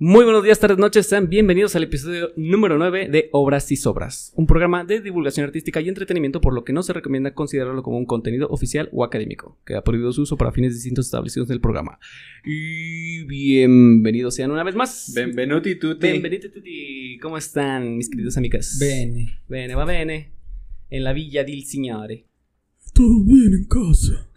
Muy buenos días, tardes, noches. Sean bienvenidos al episodio número 9 de Obras y Sobras, un programa de divulgación artística y entretenimiento, por lo que no se recomienda considerarlo como un contenido oficial o académico. Queda prohibido su uso para fines distintos establecidos en el programa. Y bienvenidos sean una vez más. Benvenuti tutti. Bienvenidos, tutti. ¿Cómo están, mis queridos amigas? Bene. Bene, va bene. En la villa del signore. Todo bien en casa.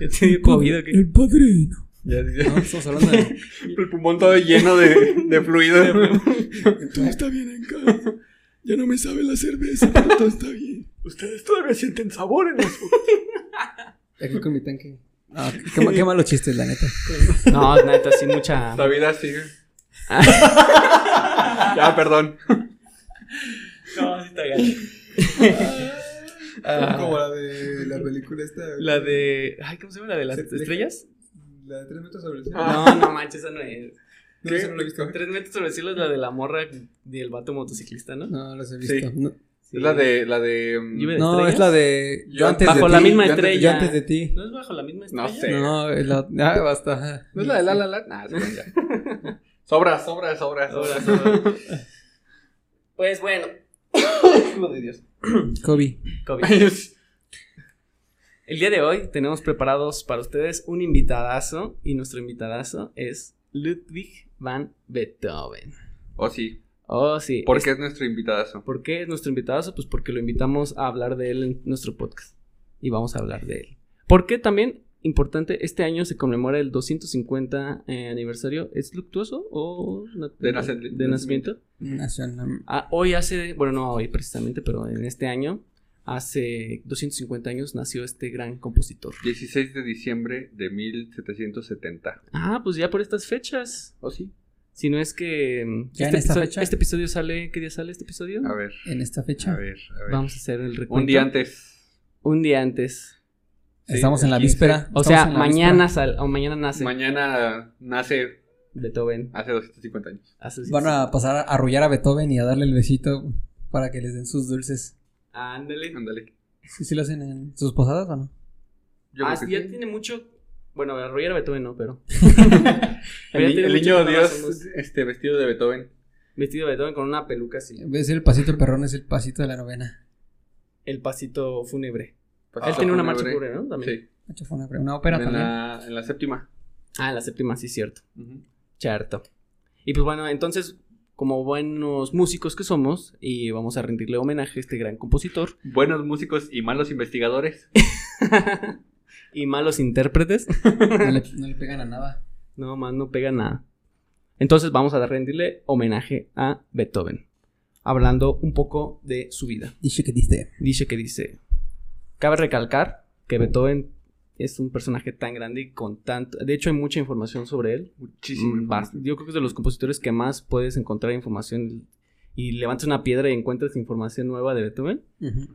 Ya te dio COVID, ¿o qué? El padrino. Ya- ya- No, estamos hablando de. El pulmón todo lleno de, de fluido. todo está bien en casa. Ya no me sabe la cerveza, pero todo está bien. Ustedes todavía sienten sabor en eso. Aquí con mi tanque. Ah, qué, ma- qué malos chistes, la neta. No, neta, sí, mucha. La vida sigue. ya, perdón. No, sí está Como la de la película esta. La de. Ay, ¿cómo se llama? ¿La de las Se- estrellas? La de tres metros sobre el cielo. Ah. No, no manches, esa no es. No, ¿qué? esa no la he visto. Tres metros sobre el cielo es la de la morra y el vato motociclista, ¿no? No, los he visto. Sí. No, Sí. Es la de. La de Lluvia de mm, no, estrellas. es la de. Yo- Bajo ti, la misma yo antes- estrella. Yo antes de ti. ¿No es bajo la misma No estrella? sé. No, es la. Ah, basta. ¿No es la de La La La? Nah, se me ya. Sobras, sobras, sobras. Ahora, sobras. ahora. Pues bueno. Hijo de Dios. Kobe. COVID. El día de hoy tenemos preparados para ustedes un invitadazo y nuestro invitadazo es Ludwig van Beethoven. o sí. Oh, sí. ¿Por qué es nuestro invitadazo? ¿Por qué es nuestro invitadazo? Pues porque lo invitamos a hablar de él en nuestro podcast. Y vamos a hablar de él. Porque también, importante, este año se conmemora el 250 eh, aniversario. ¿Es luctuoso o na- De nace- de nacimiento? Nacional. Ah, hoy hace, bueno, no hoy precisamente, pero en este año, hace 250 años nació este gran compositor. 16 de diciembre de 1770. Ah, pues ya por estas fechas. ¿O Oh, sí? Si no es que... mm, ¿Ya en este, esta episodio, fecha? este episodio sale... ¿Qué día sale este episodio? A ver, En esta a fecha. ver, a ver. Vamos a hacer el recuento. Un día antes. Un día antes. Sí, Estamos en la el 15. víspera. O estamos sea, en la mañana víspera. sal, o mañana nace Mañana nace Beethoven. hace 250 años. Hace- Van a pasar a arrullar a Beethoven y a darle el besito para que les den sus dulces. Ándale. Ándale. ¿Sí, sí lo hacen en sus posadas o no? Yo Ah, creo que ya sí. tiene mucho. Bueno, a Roger Beethoven no, pero. El, Pero ya ni- tiene el mucho niño que no Dios hacemos Ah, este, vestido de Beethoven. Vestido de Beethoven con una peluca así. En vez de ser el pasito perrón, es el pasito de la novena. El pasito fúnebre. Pasito Él tiene una marcha fúnebre. fúnebre, ¿no? También. Sí, Hecho fue una, una ópera en también. la, en la séptima. Ah, la séptima, sí, cierto. Ujú. Cierto. Y pues bueno, entonces, como buenos músicos que somos, y vamos a rendirle homenaje a este gran compositor Buenos músicos y malos investigadores. y malos intérpretes. No, le, no le pegan a nada. No, más no pega nada. Entonces vamos a rendirle homenaje a Beethoven, hablando un poco de su vida. Dice que dice. Dice que dice, cabe recalcar que Beethoven es un personaje tan grande y con tanto... De hecho hay mucha información sobre él. Muchísimo. Mm, bast- Yo creo que es de los compositores que más puedes encontrar información y levantas una piedra y encuentras información nueva de Beethoven.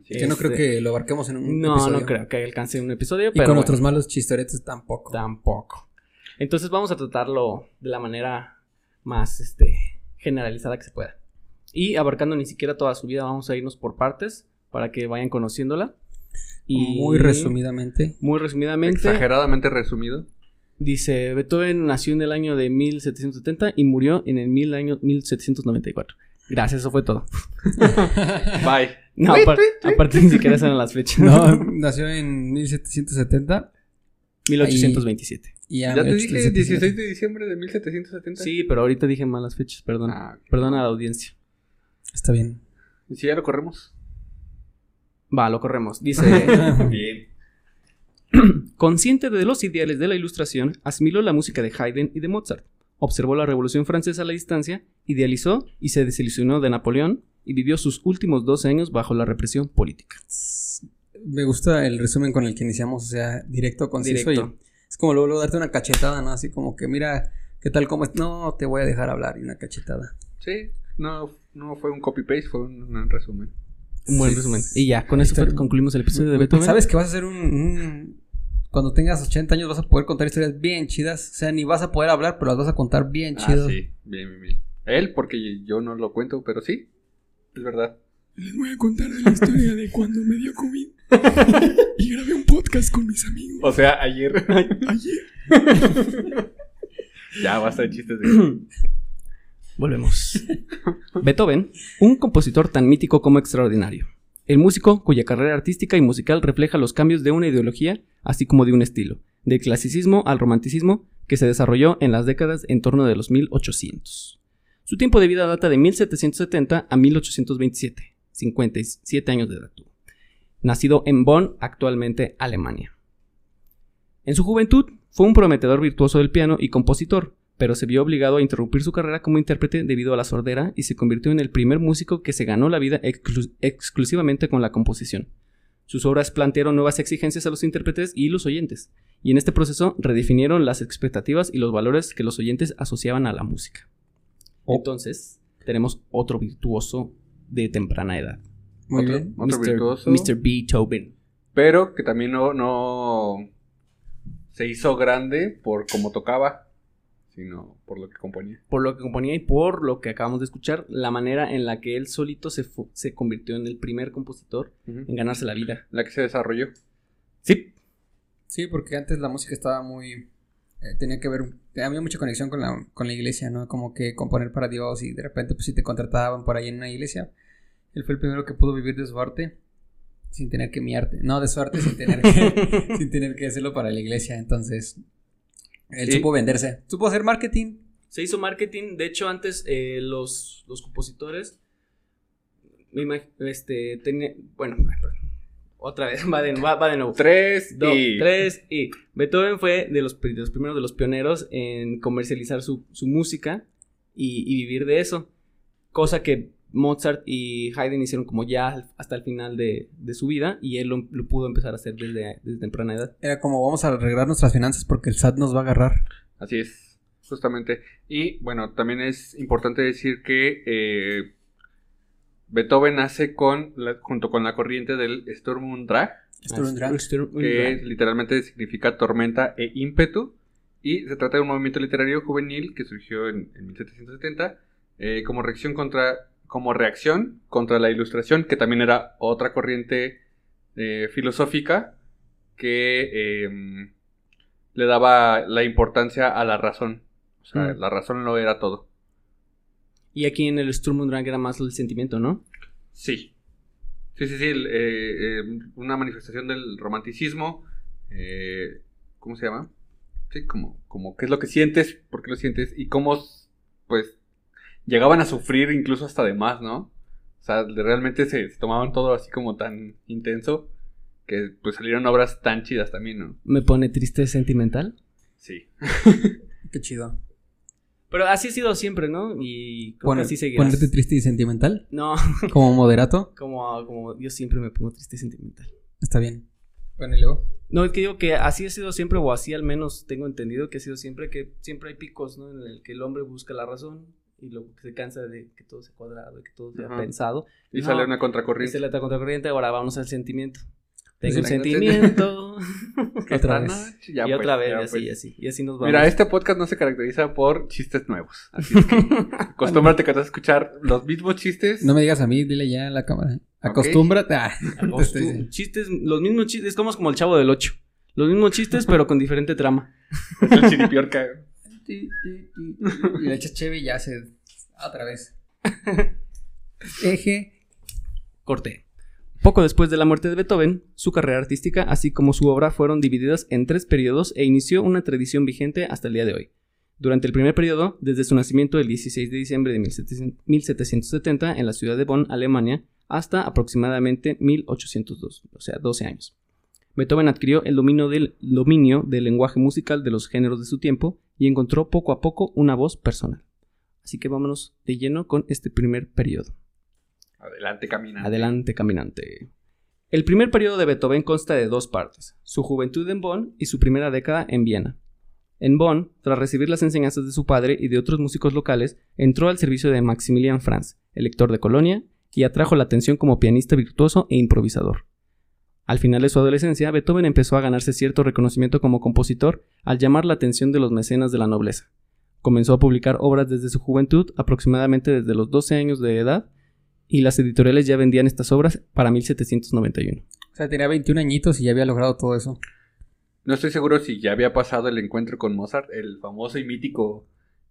Que no creo Este- que lo abarquemos en un No, episodio. no creo que alcance un episodio, Y pero... con bueno. otros malos chistoretes tampoco. Tampoco. Entonces vamos a tratarlo de la manera más este, generalizada que se pueda. Y abarcando ni siquiera toda su vida, vamos a irnos por partes para que vayan conociéndola. Y Muy resumidamente. Muy resumidamente, Exageradamente resumido. dice Beethoven nació en el año de 1770 y murió en el mil año 1794. Gracias, eso fue todo. Bye. No, apar- aparte ni siquiera eran las fechas. No, nació en 1770 1827. y Ya te dije 16 de diciembre de 1770. Sí, pero ahorita dije malas fechas, perdón. Ah, Perdón a la audiencia. Está bien. ¿y si ya lo corremos? Va, lo corremos. Dice... Bien. Consciente de los ideales de la ilustración, asimiló la música de Haydn y de Mozart, observó la Revolución Francesa a la distancia, idealizó y se desilusionó de Napoleón y vivió sus últimos 12 años bajo la represión política. Me gusta el resumen con el que iniciamos, o sea, directo, conciso. Directo. y es como luego, luego darte una cachetada, ¿no? Así como que, mira, ¿qué tal? ¿Cómo es? No, te voy a dejar hablar y una cachetada. Sí, no, no fue un copy-paste, fue un, un resumen. Un buen Sí. resumen. Y ya, con eso Está fue- bien. concluimos el episodio de Beethoven. ¿Sabes que vas a ser un, un- Cuando tengas 80 años vas a poder contar historias bien chidas. O sea, ni vas a poder hablar, pero las vas a contar bien Ah, chidas. sí, bien, bien, bien. Él, porque yo no lo cuento, pero sí, es verdad. Les voy a contar de la historia de cuando me dio COVID y grabé un podcast con mis amigos O sea, ayer. ayer. ya basta de chistes de. Volvemos. Beethoven, un compositor tan mítico como extraordinario. El músico cuya carrera artística y musical refleja los cambios de una ideología, así como de un estilo, del clasicismo al romanticismo, que se desarrolló en las décadas en torno de los 1800. Su tiempo de vida data de 1770 a 1827, 57 años de edad. tuvo. Nacido en Bonn, actualmente Alemania. En su juventud fue un prometedor virtuoso del piano y compositor, pero se vio obligado a interrumpir su carrera como intérprete debido a la sordera y se convirtió en el primer músico que se ganó la vida exclu- exclusivamente con la composición. Sus obras plantearon nuevas exigencias a los intérpretes y los oyentes, y en este proceso redefinieron las expectativas y los valores que los oyentes asociaban a la música. Oh. Entonces, tenemos otro virtuoso de temprana edad. Muy Otro- bien. Otro Mr. virtuoso. Mr. Beethoven. Pero que también no, no se hizo grande por cómo tocaba, sino por lo que componía. por lo que componía y por lo que acabamos de escuchar, la manera en la que él solito se, fu- se convirtió en el primer compositor en ganarse la vida. La que se desarrolló. Sí, Sí, porque antes la música estaba muy... eh, tenía que ver... Había mucha conexión con la, con la iglesia, ¿no? Como que componer para Dios y de repente pues si te contrataban por ahí en una iglesia. Él fue el primero que pudo vivir de su arte sin tener que miarte. No, de su arte sin tener que, sin tener que hacerlo para la iglesia. Entonces, él Y- supo venderse. Supo hacer marketing. se hizo marketing. De hecho, antes eh, los, los compositores. me imag- Este, tenía- bueno, otra vez, va de, va- va de nuevo. Tres dos, y... tres y. Beethoven fue de los, pri- de los primeros de los pioneros en comercializar su, su música y, y vivir de eso. Cosa que Mozart y Haydn hicieron como ya al- hasta el final de, de su vida y él lo, lo pudo empezar a hacer desde, desde temprana edad. Era como vamos a arreglar nuestras finanzas porque el SAT nos va a agarrar. Así es, justamente. Y bueno, también es importante decir que eh, Beethoven nace con la- junto con la corriente del Sturm und Drang, Sturm und Drang. Sturm und que Drang. literalmente significa tormenta e ímpetu. Y se trata de un movimiento literario juvenil que surgió en, en 1770 eh, como reacción contra como reacción contra la ilustración, que también era otra corriente eh, filosófica que eh, le daba la importancia a la razón. O sea, Mm. la razón lo era todo. Y aquí en el Sturm und Drang era más el sentimiento, ¿no? Sí. Sí, sí, sí. el, eh, eh, una manifestación del romanticismo. eh, ¿Cómo se llama? Sí, como, como qué es lo que sientes, por qué lo sientes y cómo, pues, llegaban a sufrir incluso hasta de más, ¿no? O sea, de- realmente se, se tomaban todo así como tan intenso que pues salieron obras tan chidas también, ¿no? Me pone triste sentimental. Sí. Qué chido. Pero así ha sido siempre, ¿no? Y creo que Poner- así seguirás. ponerte triste y sentimental. No, Como moderato. como, como yo siempre me pongo triste sentimental. Está bien. Bueno, y luego. No, es que digo que así ha sido siempre, o así al menos tengo entendido que ha sido siempre, que siempre hay picos, ¿no? En el que el hombre busca la razón y luego se cansa de que todo sea cuadrado, de que todo sea Ajá. pensado. Y No, sale Y una se contracorriente. le está contracorriente, ahora vamos al sentimiento. Tengo Pues un la- sentimiento. Otra Esta vez. noche, ya y pues, otra vez, ya y así, pues. y así. Y así nos vamos. Mira, este podcast no se caracteriza por chistes nuevos. Así es que acostúmbrate que vas a escuchar los mismos chistes. No me digas a mí, dile ya a la cámara. Acostúmbrate. Ah, te estoy Acostu- este diciendo. chistes, los mismos chistes, como es como el chavo del 8. Los mismos chistes, pero con diferente trama. Es el chiripiorca. y le echas cheve y ya se. Otra vez. Eje. Corté. Poco después de la muerte de Beethoven, su carrera artística, así como su obra, fueron divididas en tres periodos e inició una tradición vigente hasta el día de hoy. Durante el primer periodo, desde su nacimiento el 16 de diciembre de 1700 1770 en la ciudad de Bonn, Alemania, hasta aproximadamente 1802, o sea, 12 años. Beethoven adquirió el dominio del, dominio del lenguaje musical de los géneros de su tiempo y encontró poco a poco una voz personal. Así que vámonos de lleno con este primer periodo. Adelante, camina. Adelante, caminante. El primer periodo de Beethoven consta de dos partes, su juventud en Bonn y su primera década en Viena. En Bonn, tras recibir las enseñanzas de su padre y de otros músicos locales, entró al servicio de Maximilian Franz, elector de Colonia, y atrajo la atención como pianista virtuoso e improvisador. Al final de su adolescencia, Beethoven empezó a ganarse cierto reconocimiento como compositor al llamar la atención de los mecenas de la nobleza. Comenzó a publicar obras desde su juventud, aproximadamente desde los 12 años de edad, y las editoriales ya vendían estas obras para 1791. O sea, tenía 21 añitos y ya había logrado todo eso. No estoy seguro si ya había pasado el encuentro con Mozart, el famoso y mítico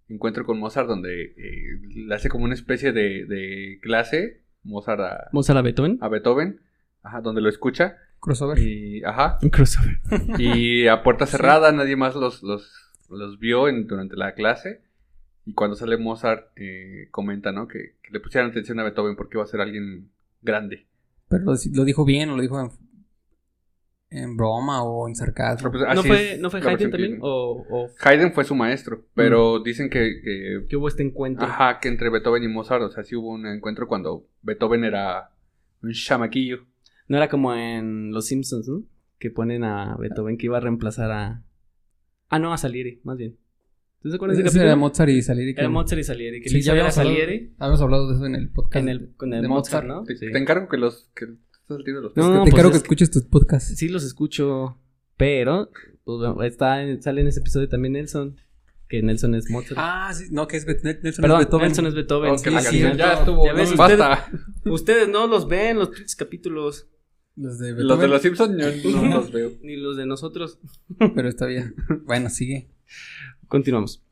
encuentro con Mozart donde eh, le hace como una especie de, de clase Mozart a, Mozart a Beethoven. a Beethoven, ajá, donde lo escucha Crossover. y, ajá, Un crossover. y a puerta cerrada nadie más los, los, los vio en- durante la clase. Y cuando sale Mozart eh, comenta, ¿no? Que, que le pusieran atención a Beethoven porque iba a ser alguien grande. Pero lo, lo dijo bien, o lo dijo en, en broma o en Pero sarcasmo. pues ¿No así fue, es ¿no fue la Haydn versión también? que- ¿O, Mm. o Haydn fue su maestro, pero dicen que, que- que hubo este encuentro? ajá, que entre Beethoven y Mozart, o sea, sí hubo un encuentro cuando Beethoven era un chamaquillo. No era como en Los Simpsons, ¿no? Que ponen a Beethoven que iba a reemplazar a. Ah, no, a Salieri, más bien. ¿Tú te acuerdas de ese Ese capítulo? era Mozart y Salieri. que- Era Mozart y Salieri. Que Sí, Lisa ya era habíamos hablado, Salieri habíamos hablado de eso en el podcast. en el, con el de Mozart, Mozart. ¿no? Te, Sí. te encargo que los que estás al tiro de los No, Es que no, te pues es encargo que que- escuches tus podcasts. Sí, los escucho, pero pues, bueno, está en- sale en ese episodio también Nelson. Que Nelson es Mozart. Ah, sí, no, que es Bet- Nelson es Perdón, Beethoven. Nelson es Beethoven. Oh, que la sí, canción sí. ya estuvo. Ya ves, no, ustedes- basta. Ustedes no los ven, los pinches capítulos, Los de Los de Beethoven, los Simpsons yo no los veo. ni los de nosotros. Pero está bien. Bueno, sigue. Continuamos.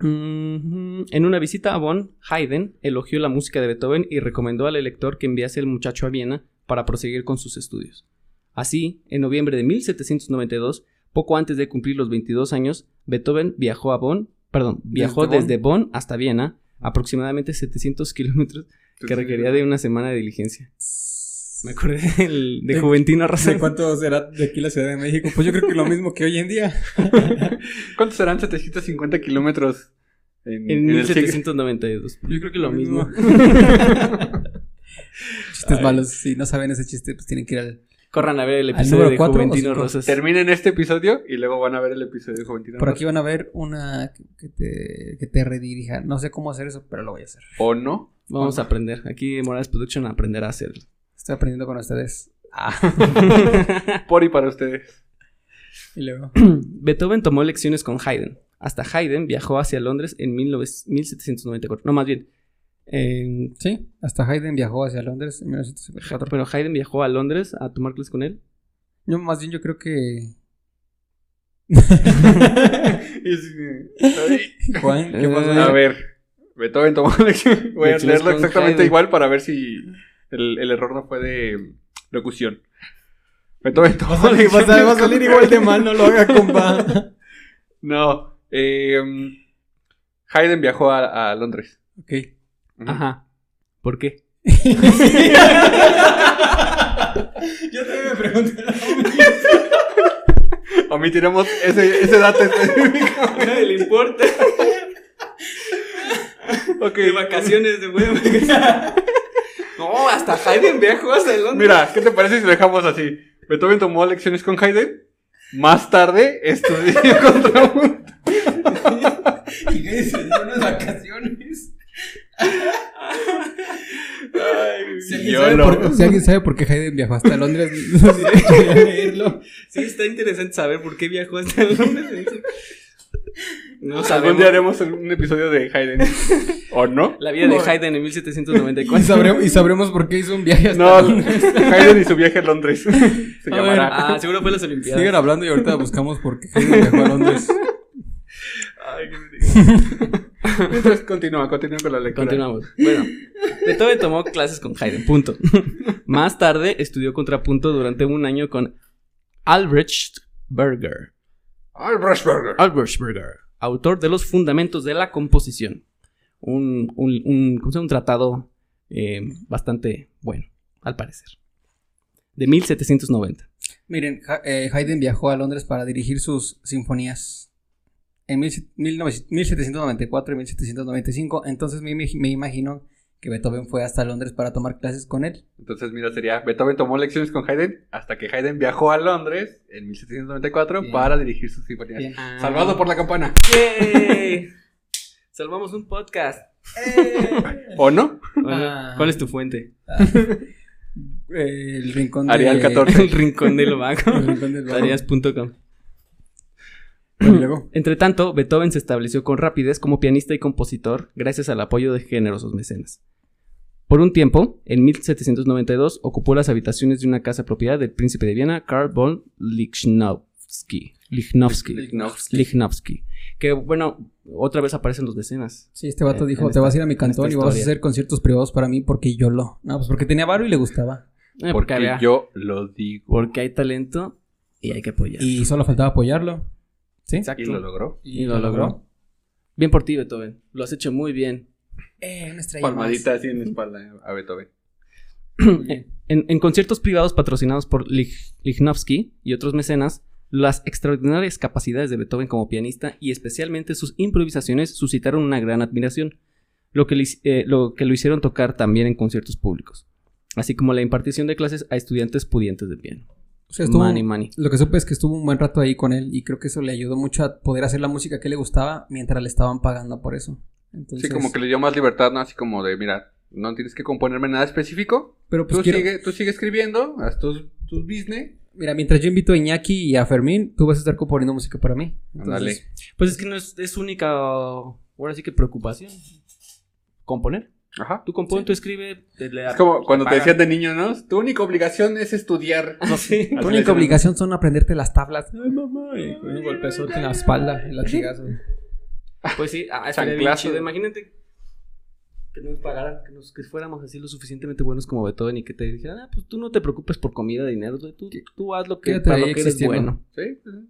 Mm, En una visita a Bonn, Haydn elogió la música de Beethoven y recomendó al elector que enviase el muchacho a Viena para proseguir con sus estudios. Así, en noviembre de 1792, poco antes de cumplir los 22 años, Beethoven viajó a Bonn, perdón, viajó ¿Desde Bonn? desde Bonn hasta Viena, aproximadamente 700 kilómetros, que Pues, eh, requería de una semana de diligencia. Me acordé del- de Eh, Juventino Arrasado. ¿De cuánto será de aquí la Ciudad de México? Pues yo creo que lo mismo que hoy en día. ¿Cuántos serán 750 kilómetros En en, en el siglo? 1792. Yo creo que lo mismo. Chistes malos. Si no saben ese chiste, pues tienen que ir al... Corran a ver el ¿Al episodio número de cuatro o Juventino cinco? Rosas. Terminen este episodio y luego van a ver el episodio de Juventino. Por aquí van a ver una que- que te, que te redirija. No sé cómo hacer eso, pero lo voy a hacer. ¿O no? Vamos a aprender. Aquí en Morales Production aprenderá a hacerlo. Estoy aprendiendo con ustedes. Por y para ustedes. Y luego... Beethoven tomó lecciones con Haydn. Hasta Haydn viajó hacia Londres en 19- 1794. No, más bien. en- Sí, hasta Haydn viajó hacia Londres en 1954. pero Haydn viajó a Londres a tomar clases con él. Yo más bien yo creo que... Y sí, Juan, ¿qué Eh, pasó? a ver, Beethoven tomó lección. Voy a Lecciones leerlo con exactamente Haydn. igual para ver si el, el error no fue de locución. Beethoven tomó lecciones con- no lo haga, compa. No. eh, Haydn viajó a, a Londres. ok. Ujú. Ajá. ¿Por qué? Yo también me pregunté. Omitiremos ese, ese dato específico. Nadie le importa. Ok. vacaciones de huevo. no, hasta Haydn viajó hacia Londres. Mira, ¿qué te parece si lo dejamos así? Beethoven tomó lecciones con Haydn. Más tarde estudió con Raúl. Y que se dio unas vacaciones. Si alguien, Yo sabe lo- por, si alguien sabe por qué Haydn viajó hasta Londres, no sé, voy a leerlo. Sí, está interesante saber por qué viajó hasta Londres. No Algún sabemos. día haremos un episodio de Haydn. ¿O no? La vida de No. Haydn en Y, 1794. sabremos, y sabremos por qué hizo un viaje hasta No, Londres. Haydn y su viaje a Londres. Se A llamará. Ah, seguro fue las Olimpiadas. Sigan hablando y ahorita buscamos por qué Haydn viajó a Londres. Ay, qué ridículo. Entonces, continúa, continúa con la lectura. Continuamos. Bueno, Beethoven tomó clases con Haydn, punto. Más tarde estudió contrapunto durante un año con Albrecht Berger, Ay, Rushberger. Albrecht Berger, autor de los fundamentos de la composición. Un, un- un- ¿cómo se llama? un tratado eh, bastante bueno, al parecer. De 1790. Miren, Ha- eh, Haydn viajó a Londres para dirigir sus sinfonías en mil se- mil nove- 1794 y 1795. Entonces me, imag- me imagino que Beethoven fue hasta Londres para tomar clases con él. Entonces, mira, sería Beethoven tomó lecciones con Haydn hasta que Haydn viajó a Londres en 1794 Bien. para dirigir sus sinfonías. Bien. Salvado por la campana. ¡Yay! Salvamos un podcast. ¿O no? Hola, ¿Cuál es tu fuente? Eh, Ah. el rincón de... Arial 14. El rincón del vago. El rincón del vago. Tareas.com. Bueno, y luego. Entre tanto, Beethoven se estableció con rapidez como pianista y compositor gracias al apoyo de generosos mecenas. Por un tiempo, en 1792, ocupó las habitaciones de una casa propiedad del príncipe de Viena, Karl von Lichnowsky, Lichnowsky, Lichnowsky. Lichnowsky, Que bueno, otra vez aparecen los decenas. Sí, este vato En- dijo, en te esta- vas a ir a mi en esta cantón y vas a historia. hacer conciertos privados para mí porque yo lo... No, pues porque tenía varo y le gustaba. Eh, porque, Porque había- yo lo digo. porque hay talento y hay que apoyar. Y solo faltaba apoyarlo. ¿Sí? Exacto. Y lo logró. Y lo logró. Bien por ti, Beethoven. Lo has hecho muy bien. Eh, una estrella Palmadita así en la espalda eh, a Beethoven. en, Eh, en conciertos privados patrocinados por Lich, Lichnowsky y otros mecenas, las extraordinarias capacidades de Beethoven como pianista y especialmente sus improvisaciones suscitaron una gran admiración, lo que, le hic- eh, lo que lo hicieron tocar también en conciertos públicos, así como la impartición de clases a estudiantes pudientes de piano. O sea, estuvo- Money, money. Lo que supe es que estuvo un buen rato ahí con él y creo que eso le ayudó mucho a poder hacer la música que le gustaba mientras le estaban pagando por eso. Entonces, Sí, como que le dio más libertad, ¿no? Así como de, mira, no tienes que componerme nada específico. Pero pues Tú, quiero- sigue, tú sigue escribiendo, haz tus, tus business. Mira, mientras yo invito a Iñaki y a Fermín, tú vas a estar componiendo música para mí. Entonces, Ándale. Pues es que no es, es única, ahora sí que preocupación, componer. Ajá. Tú compón, tú escribe, te le- Es como cuando te pagan. decían de niño, ¿no? Tu única obligación es estudiar. No sé. Tu única obligación son aprenderte las tablas. Ay, mamá. Y con un golpezote en la espalda, el latigazo. Pues sí, ah, estaría bien Chanclazo. chido. Imagínate que nos pagaran, que, nos, que fuéramos así lo suficientemente buenos como Beethoven y que te dijeran, ah, pues tú no te preocupes por comida, dinero, tú, tú- tú haz lo que, Quédate para ahí lo que eres existiendo. bueno. Sí. pues, sí.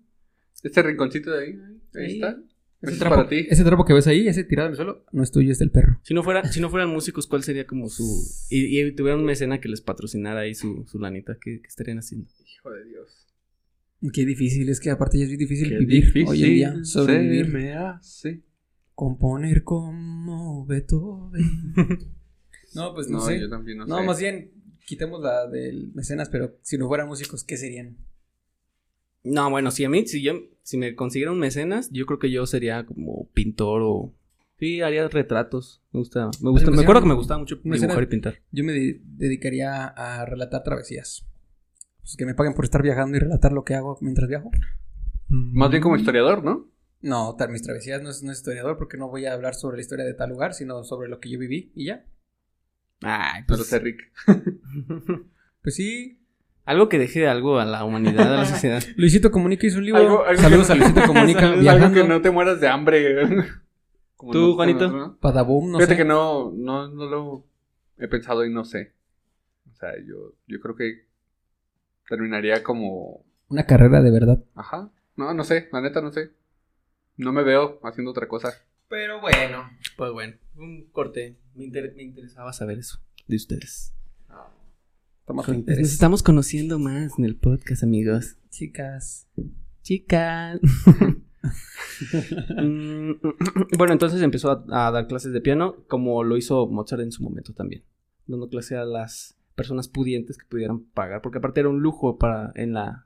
Este rinconcito de ahí, ahí Sí. está. Ese es trapo- para ti. Ese trapo que ves ahí, ese tirado en el suelo, no es tuyo, es del perro. Si no, fuera, si no fueran músicos, ¿cuál sería como su... Y, y tuvieran una escena que les patrocinara ahí su, su lanita, ¿qué, qué estarían haciendo? Hijo de Dios. Qué difícil, es que aparte ya es bien difícil Qué vivir hoy en día. difícil Sobrevivir. se me hace. Componer como Beethoven. no, pues no, no, sé. yo también no, No, sé. más bien, quitemos la del mecenas, pero si no fueran músicos, ¿qué serían? No, bueno, si a mí, si yo, si me consiguieran un mecenas, yo creo que yo sería como pintor o... Sí, haría retratos. Me gusta, me gusta, Ay, me acuerdo mecenas- que me gustaba mucho mecenas- dibujar y pintar. Yo me de- dedicaría a relatar travesías. Pues que me paguen por estar viajando y relatar lo que hago mientras viajo. Más bien como historiador, ¿no? No, tal- mis travesías no es, no es historiador porque no voy a hablar sobre la historia de tal lugar, sino sobre lo que yo viví y ya. Ay, No lo sé, Rick. Pues sí. Algo que deje algo a la humanidad, a la sociedad. Luisito Comunica hizo un libro. Algo- algo Saludos que- a Luisito Comunica Algo que viajando. no te mueras de hambre. Como ¿Tú, nosotros, Juanito? ¿no? Padaboom, no Fíjate sé. que no, no, no lo he pensado y no sé. O sea, yo, yo creo que terminaría como. Una carrera de verdad. Ajá. No, no sé, la neta no sé. No me veo haciendo otra cosa. Pero bueno. Pues bueno, un corte. Me, inter- me interesaba saber eso de ustedes. Toma tu Con- interés. Pues Nos estamos conociendo más en el podcast, amigos. Chicas. Chicas. Mm, bueno, entonces empezó a, a dar clases de piano, como lo hizo Mozart en su momento también. Dando clase a las personas pudientes que pudieran pagar, porque aparte era un lujo para en la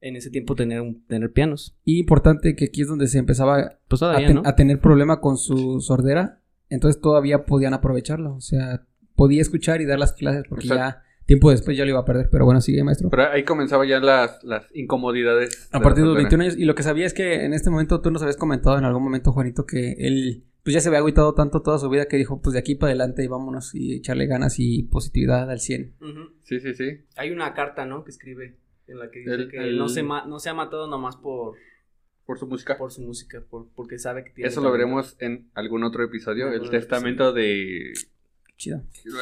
en ese tiempo tener un, tener pianos. Y importante que aquí es donde se empezaba Pues a, todavía, ten- ¿no? a tener problema con su sordera, entonces todavía podían aprovecharlo. O sea, podía escuchar y dar las clases porque O sea- ya tiempo después ya lo iba a perder. Pero bueno, sigue, maestro. Pero ahí comenzaba ya las, las incomodidades. a partir de los la 21 años, y lo que sabía es que en este momento tú nos habías comentado en algún momento, Juanito, que él pues ya se había agüitado tanto toda su vida que dijo, pues de aquí para adelante y vámonos y echarle ganas y positividad al 100. Ujú. Sí, sí, sí. Hay una carta, ¿no? Que escribe en la que dice El- que el- No, se ma- no se ha matado nomás por, Por su música. por su música, por, porque sabe que tiene. Eso lo talento. veremos en algún otro episodio. Ah, En El algún otro testamento de. Chido. El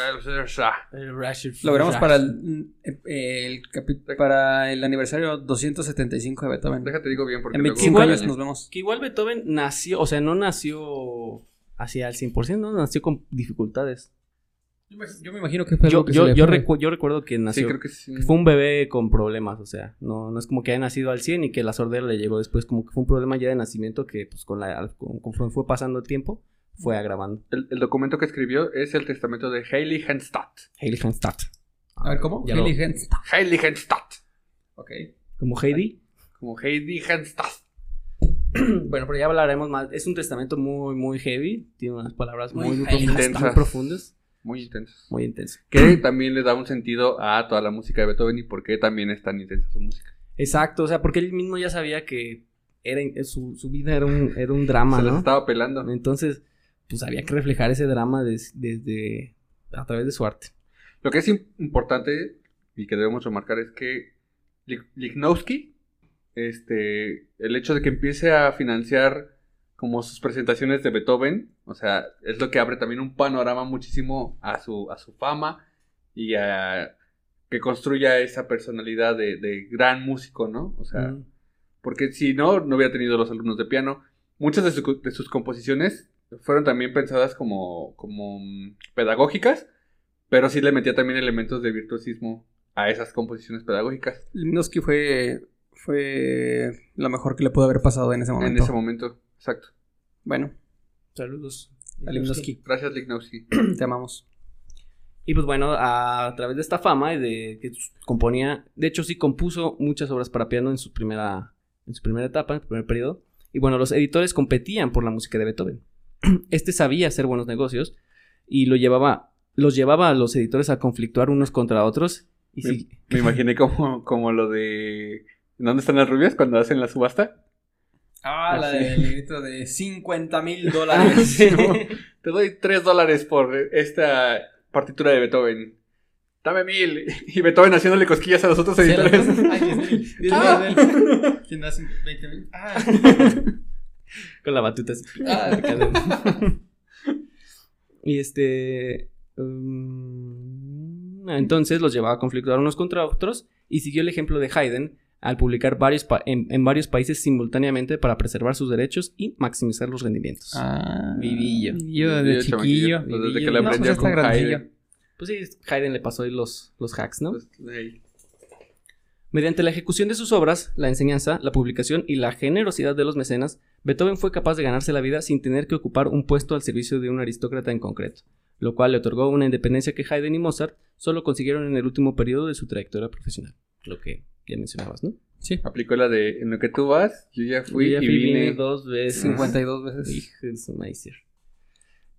Rashid Lo veremos Rashid. para el, eh, el capi- para el aniversario 275 de Beethoven. Déjate digo bien porque En luego 25 Igual años es- nos vemos. Que igual Beethoven nació, o sea, no nació hacia el 100%, ¿no? Nació con dificultades. Yo me, imagino que fue Yo, algo que yo, se le yo, fue. recu- yo recuerdo que Sí, nació. creo que sí. que Fue un bebé con problemas, o sea, no, no es como que haya nacido al 100 y que la sordera le llegó después, como que fue un problema ya de nacimiento que, pues, con la, con- conforme fue pasando el tiempo, fue agravando. El, el documento que escribió es el testamento de Hailey Henstadt. Hailey Henstadt. A ver, ¿cómo? Ya lo- Hilly Hens. Hailey Henstadt. Ok. Como Heidi. Como Heidi Henstadt. Bueno, pero ya hablaremos más. Es un testamento muy, muy heavy. Tiene unas palabras muy, Muy profundas, intensas. muy profundas, Muy intensos. muy intensas. Que también le da un sentido a toda la música de Beethoven y por qué también es tan intensa su música. Exacto, o sea, porque él mismo ya sabía que era, in- su, su vida era un, era un drama, Se las ¿no? estaba pelando. Entonces, pues había que reflejar ese drama des- desde a través de su arte. Lo que es im- importante y que debemos remarcar es que Lich- Lichnowsky, este, el hecho de que empiece a financiar como sus presentaciones de Beethoven, o sea, es lo que abre también un panorama muchísimo a su, a su fama y a que construya esa personalidad de, de gran músico, ¿no? O sea, Mm. porque si no, no hubiera tenido los alumnos de piano. Muchas de, su- de sus composiciones fueron también pensadas como, como mm, pedagógicas, pero sí le metía también elementos de virtuosismo a esas composiciones pedagógicas Limnowski fue, fue lo mejor que le pudo haber pasado en ese momento. en ese momento. Exacto. Bueno, Saludos. a Limnowski, Gracias, Lignowski. te amamos. Y pues bueno, a través de esta fama y de que componía, de hecho sí compuso muchas obras para piano en su primera, en su primera etapa, en su primer periodo. Y bueno, los editores competían por la música de Beethoven. Este sabía hacer buenos negocios y lo llevaba, los llevaba a los editores a conflictuar unos contra otros. Y sí, Me imaginé como, como lo de... ¿Dónde están las rubias cuando hacen la subasta? Ah, la la del del grito de 50 mil Ah, dólares. sí. Te doy tres dólares por esta partitura de Beethoven. Dame mil. Y Beethoven haciéndole cosquillas a los otros editores. Ah. ¿Quién da 20 mil? Ah, con la batuta. así. Y este. mm, entonces los llevaba a conflictuar unos contra otros y siguió el ejemplo de Haydn al publicar varios pa- en, en varios países simultáneamente para preservar sus derechos y maximizar los rendimientos. Ah. Ah, Vivillo. Yo de Vivillo, chiquillo. chamaquillo. Pues Vivillo. desde que No, le pues aprendió está con grandecillo. Haydn. Pues sí, Haydn le pasó ahí los, los hacks, ¿no? Pues, ahí. Mediante la ejecución de sus obras, la enseñanza, la publicación y la generosidad de los mecenas, Beethoven fue capaz de ganarse la vida sin tener que ocupar un puesto al servicio de un aristócrata en concreto, lo cual le otorgó una independencia que Haydn y Mozart solo consiguieron en el último periodo de su trayectoria profesional, lo que ya mencionabas, ¿no? Sí, Aplicó la de en lo que tú vas, yo ya fui Yo ya y fui, vine. dos veces. 52 veces. Hijo de su maíz. Pues,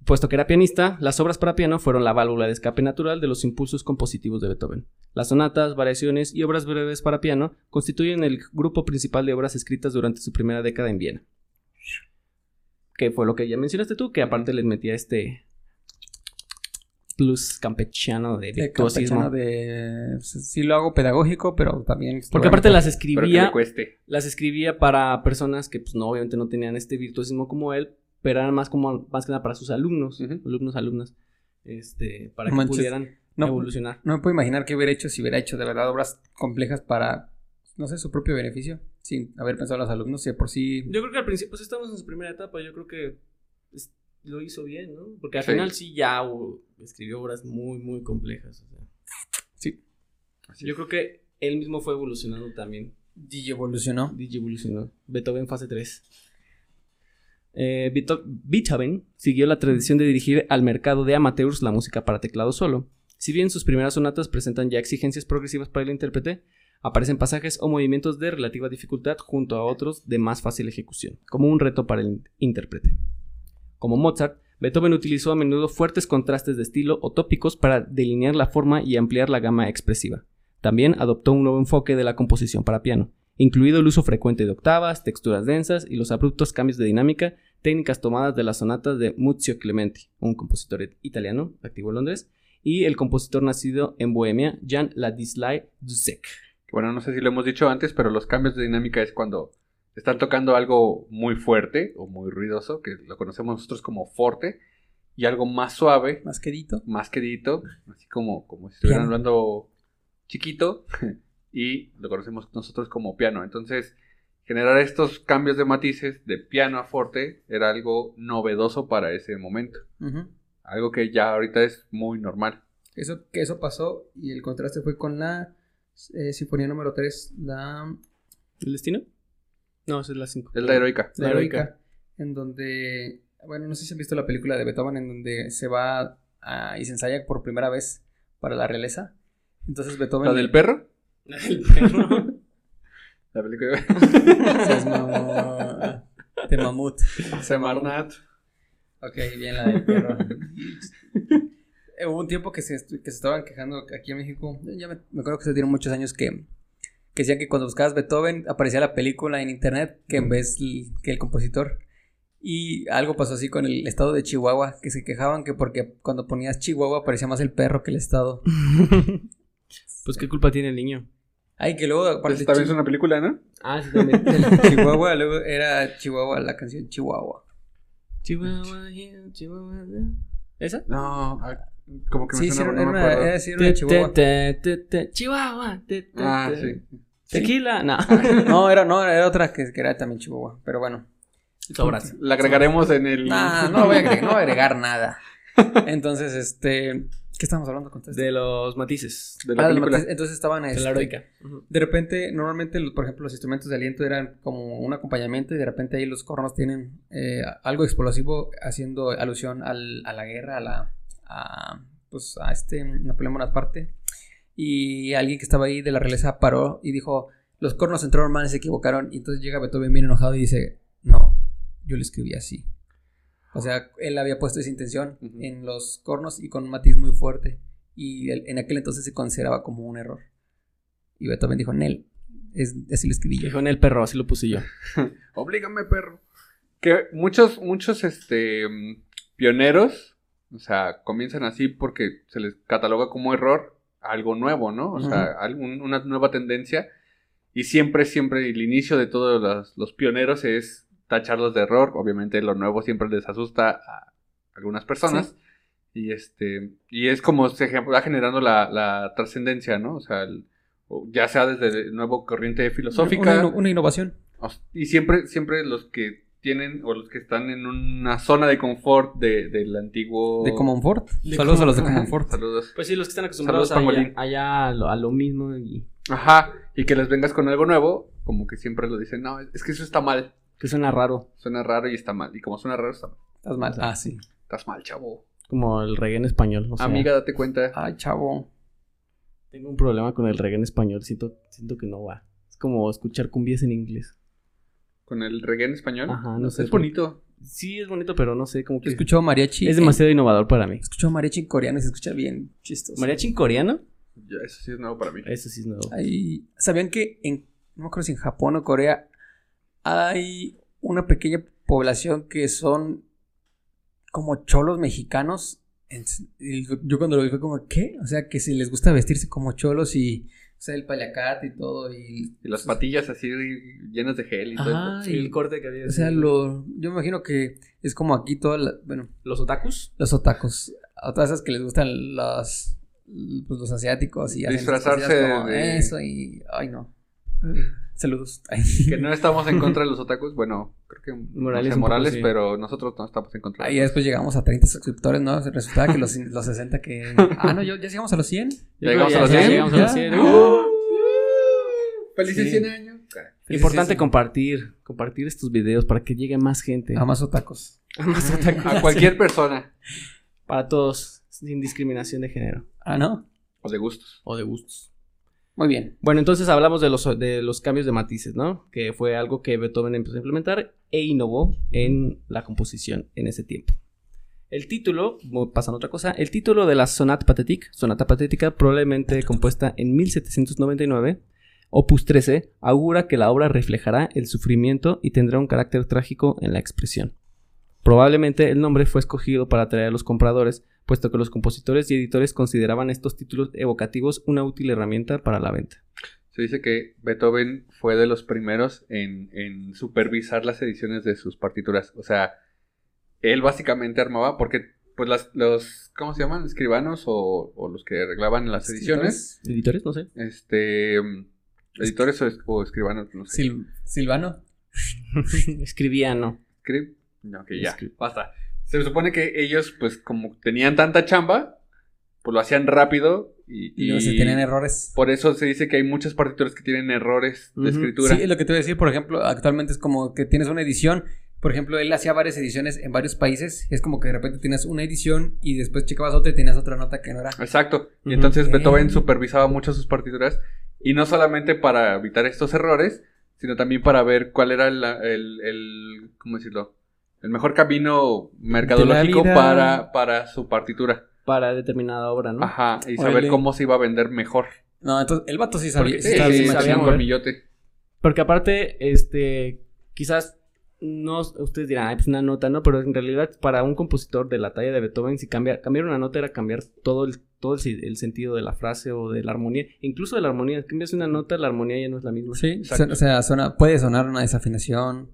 Puesto que era pianista, las obras para piano fueron la válvula de escape natural de los impulsos compositivos de Beethoven. Las sonatas, variaciones y obras breves para piano constituyen el grupo principal de obras escritas durante su primera década en Viena. Que fue lo que ya mencionaste tú, que aparte les metía este plus campechano de De virtuosismo. campechano de... pues, Sí lo hago pedagógico, pero también... Porque aparte las Pero que le escribía cueste. las escribía para personas que, pues, no, obviamente no tenían este virtuosismo como él, pero eran más como, más que nada para sus alumnos, Ujú. alumnos, alumnas, este, para que Manches, pudieran no. evolucionar. No me puedo imaginar qué hubiera hecho si hubiera hecho de verdad obras complejas para, no sé, su propio beneficio, sin haber pensado en los alumnos, si de por sí... Yo creo que al principio, pues, estamos en su primera etapa, yo creo que pues, lo hizo bien, ¿no? Porque al Sí. final sí ya o, escribió obras muy, muy complejas. o sea. Sí. Yo creo que él mismo fue evolucionando también. DJ evolucionó. DJ evolucionó. Beethoven fase 3. Eh, Beetho- Beethoven siguió la tradición de dirigir al mercado de amateurs la música para teclado solo. Si bien sus primeras sonatas presentan ya exigencias progresivas para el intérprete, aparecen pasajes o movimientos de relativa dificultad junto a otros de más fácil ejecución, como un reto para el intérprete. Como Mozart, Beethoven utilizó a menudo fuertes contrastes de estilo o tópicos para delinear la forma y ampliar la gama expresiva. También adoptó un nuevo enfoque de la composición para piano, incluido el uso frecuente de octavas, texturas densas y los abruptos cambios de dinámica, técnicas tomadas de las sonatas de Muzio Clementi, un compositor italiano activo en Londres, y el compositor nacido en Bohemia, Jan Ladislai Dussek. Bueno, no sé si lo hemos dicho antes, pero los cambios de dinámica es cuando están tocando algo muy fuerte o muy ruidoso, que lo conocemos nosotros como forte, y algo más suave, Más quedito. más quedito, así como, como si estuvieran Piano. hablando chiquito, y lo conocemos nosotros como piano. Entonces, generar estos cambios de matices de piano a forte era algo novedoso para ese momento. Ujú. Algo que ya ahorita es muy normal. Eso, que eso pasó y el contraste fue con la eh, sinfonía número 3, la, ¿El destino? No, esa es la 5. Es la heroica. la La heroica. heroica, en donde, bueno, no sé si han visto la película de Beethoven, en donde se va a- y se ensaya por primera vez para la realeza. Entonces Beethoven... ¿La del perro? El perro. La película Se esmamó de mamut. de Marnat. Ok, bien la del perro. Eh, Hubo un tiempo que se, estu- que se estaban quejando aquí en México. Ya me, me acuerdo que se dieron muchos años que, que decían que cuando buscabas Beethoven aparecía la película en internet que en vez l- que el compositor. Y algo pasó así con el estado de Chihuahua, que se quejaban que porque cuando ponías Chihuahua aparecía más el perro que el estado. pues qué culpa tiene el niño. Ay, que luego aparte Pues también Chi- es una película, ¿no? Ah, sí, también. Chihuahua, luego era Chihuahua la canción Chihuahua. Chihuahua, yeah, Chihuahua. yeah. ¿Esa? No, a- como que me Sí, sí, suena, era no me una, acuerdo. era, sí, era una chihuahua. Te, te, te, te, Chihuahua. te, te, Ah, te. sí. Tequila. No. No, era, no, era otra que, que era también chihuahua, pero bueno. Sobras. La agregaremos en el. Nah, Ah, no, voy a agregar, no voy a agregar nada. Entonces, este, ¿qué estábamos hablando con todo esto? De los matices. de Ah, la de la película. matiz- entonces estaban De este, la heroica. Ujú. De repente, normalmente, los- por ejemplo, los instrumentos de aliento eran como un acompañamiento y de repente ahí los cornos tienen eh, algo explosivo haciendo alusión al- a la guerra, a la... a, pues a este Napoleón Bonaparte. Y alguien que estaba ahí de la realeza paró y dijo, los cornos entraron mal y se equivocaron. Y entonces llega Beethoven bien enojado y dice, no, yo lo escribí así. O sea, él había puesto esa intención Ujú. en los cornos y con un matiz muy fuerte. Y él- en aquel entonces se consideraba como un error. Y Beethoven dijo, Nel, es, así lo escribí yo. Dijo en el perro, así lo puse yo. Oblígame, perro. Que muchos, muchos, este, mm, pioneros, o sea, comienzan así porque se les cataloga como error algo nuevo, ¿no? O sea, algún- una nueva tendencia. Y siempre, siempre, el inicio de todos los, los pioneros es tacharlos de error. Obviamente lo nuevo siempre les asusta a algunas personas. Y este, y es como se gen- va generando la, la trascendencia, ¿no? O sea, el- ya sea desde el nuevo corriente filosófica. Una, ino- una innovación. O s- Y siempre, siempre los que tienen o los que están en una zona de confort de- del antiguo. De Comonfort. De Saludos a los Oh. de Ajá, Comonfort. Saludos. Pues sí, los que están acostumbrados Saludos, allá, Pangolín. allá a, lo, a lo mismo. Y, Ajá. Y que les vengas con algo nuevo, como que siempre lo dicen, no, es que eso está mal. que suena raro. Suena raro y está mal. Y como suena raro, está mal. Estás mal. Ah, sí. Estás mal, chavo. Como el reggae en español. O sea, Amiga, date cuenta. Ay, chavo. Tengo un problema con el reggae en español. Siento, siento que no va. Es como escuchar cumbias en inglés. Con el reggae en español. Ajá, no sé. Es bonito. Sí, es bonito, pero no sé, como que... Yo escucho mariachi. Es demasiado innovador para mí. Escucho mariachi en coreano y se escucha bien chistoso. ¿Mariachi en coreano? Ya, eso sí es nuevo para mí. Eh, Eso sí es nuevo. Ay, ¿Sabían que en, no me acuerdo si en Japón o Corea hay una pequeña población que son como cholos mexicanos? En- y Yo cuando lo vi fue como, ¿qué? O sea, que si les gusta vestirse como cholos y, o sea, el paliacate y todo y... Y las patillas así llenas de gel y todo. Ajá, y- Ah, corte que había... o sea, lo, yo me imagino que es como aquí todas las, bueno, ¿Los otakus? los otacos, a todas esas que les gustan las, pues, los asiáticos y hacen estas Disfrazarse cosillas como de- Eso y, ay no. Saludos. Ay. Que no estamos en contra de los otakus. Bueno, creo que Morales Morales, un poco Morales sí. pero nosotros no estamos en contra. de Ah, y los- después llegamos a 30 suscriptores, ¿no? Resultaba que los, los 60 que... Ah, no, yo- ya llegamos a los 100. Ya llegamos a los Ya 100. llegamos a los Uh, Ya. 100. Felices ¡Uh! Sí. 100 años. Importante sí. compartir, compartir estos videos para que llegue más gente. A más otacos. A más otakus. A cualquier persona. Para todos, sin discriminación de género Ah, ¿no? O de gustos. o de gustos. Muy bien. Bueno, entonces hablamos de los, de los cambios de matices, ¿no? Que fue algo que Beethoven empezó a implementar e innovó en la composición en ese tiempo. El título, mo- pasando a otra cosa, el título de la Sonata Pathétique, Sonata Patética, probablemente compuesta en 1799, opus 13, augura que la obra reflejará el sufrimiento y tendrá un carácter trágico en la expresión. Probablemente el nombre fue escogido para atraer a los compradores, puesto que los compositores y editores consideraban estos títulos evocativos una útil herramienta para la venta. Se dice que Beethoven fue de los primeros en, en supervisar las ediciones de sus partituras. O sea, él básicamente armaba, porque pues las, los, ¿cómo se llaman? Escribanos o, o los que arreglaban las ediciones. ¿Editores? No sé. Este, mm, editores o, es- o escribanos, no sé. Sil- Silvano. Escribiano. Escri- No, que ya, Escri- basta. Se supone que ellos, pues como tenían tanta chamba, pues lo hacían rápido y... Y luego se y- tienen errores. Por eso se dice que hay muchas partituras que tienen errores de Ujú. escritura. Sí, es lo que te voy a decir, por ejemplo, actualmente es como que tienes una edición. Por ejemplo, él hacía varias ediciones en varios países. Es como que de repente tienes una edición y después checabas otra y tenías otra nota que no era. Exacto. Y Ujú. entonces Ok. Beethoven supervisaba mucho sus partituras. Y no solamente para evitar estos errores, sino también para ver cuál era la- el, el- ¿cómo decirlo? El mejor camino mercadológico vida. para, para su partitura. Para determinada obra, ¿no? Ajá. Y saber Órale. cómo se iba a vender mejor. No, entonces el vato sí sabía. Porque sí, estaba sí, bien sabía tenía machín. un mover. colmillote. Porque aparte, este, quizás no, ustedes dirán, "Ay, pues una nota, ¿no? Pero en realidad, para un compositor de la talla de Beethoven, si cambiar, cambiar una nota era cambiar todo el, todo el, si- el sentido de la frase o de la armonía. Incluso de la armonía. Cambias una nota, la armonía ya no es la misma. Sí, Exacto. o sea, suena- puede sonar una desafinación.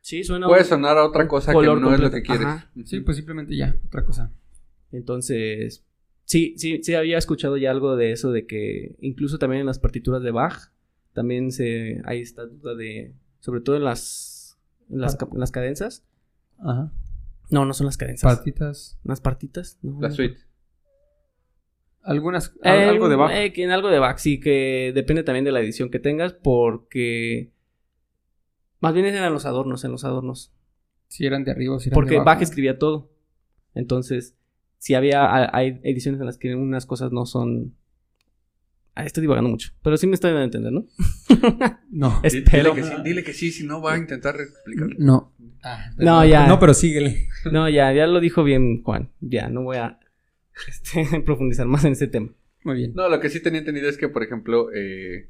Sí, suena. Puede un- sonar a otra cosa que no color es lo completo. que quieres. Ajá. Sí, pues simplemente ya, otra cosa. Entonces, sí, sí, sí había escuchado ya algo de eso, de que incluso también en las partituras de Bach, también se, hay esta duda de, sobre todo en las, en las, ca- en las cadenzas. Ajá. No, no son las cadenzas. Partitas. ¿Unas partitas? No, La no. suite. Algunas. ah, Eh, al- algo de bajo. eh, que en algo de Bach, sí, que depende también de la edición que tengas, porque... Más bien eran los adornos, en los adornos. si eran de arriba, si eran Porque de abajo. Bach escribía todo. Entonces, si había, ha- hay ediciones en las que unas cosas no son... Ah, estoy divagando mucho, pero sí me estoy dando a entender, ¿no? No. Di- Espero. Dile que, sí, dile que sí, si no va a intentar Mm, explicarlo. No. No, ya. No, Ah, pero síguele. No, ya, ya lo dijo bien Juan. Ya, no voy a este, profundizar más en ese tema. Muy mm. bien. No, lo que sí tenía entendido es que, por ejemplo, eh,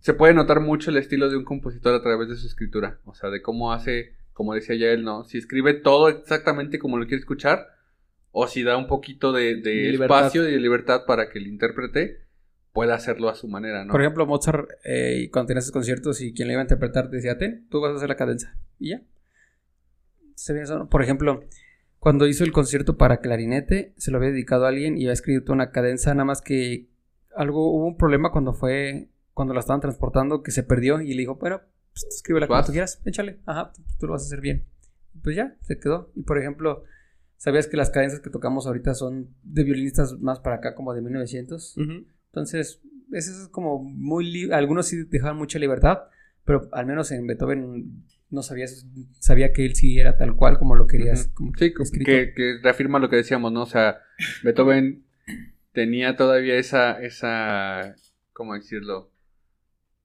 se puede notar mucho el estilo de un compositor a través de su escritura. O sea, de cómo hace, como decía ya él, ¿no? Si escribe todo exactamente como lo quiere escuchar, o si da un poquito de, de De libertad. espacio y de libertad para que el intérprete pueda hacerlo a su manera, ¿no? Por ejemplo, Mozart, eh, y cuando tenía sus conciertos y quien le iba a interpretar decía, ten, tú vas a hacer la cadenza. Y ya. Se ve eso, ¿no? Por ejemplo, cuando hizo el concierto para clarinete, se lo había dedicado a alguien y había escrito una cadenza, nada más que algo, hubo un problema cuando fue, cuando la estaban transportando, que se perdió y le dijo, bueno, pues, tú escríbela como Vas. tú quieras, échale, ajá, tú, tú lo vas a hacer bien. Pues ya, se quedó. Y por ejemplo, ¿sabías que las cadenzas que tocamos ahorita son de violinistas más para acá, como de 1900? Entonces, ese es como muy... li- Algunos sí dejaban mucha libertad, pero al menos en Beethoven no sabía, eso, sabía que él sí era tal cual como lo querías. Ujú. como Sí, co- escrito. que, que reafirma lo que decíamos, ¿no? O sea, Beethoven tenía todavía esa, esa, ¿cómo decirlo?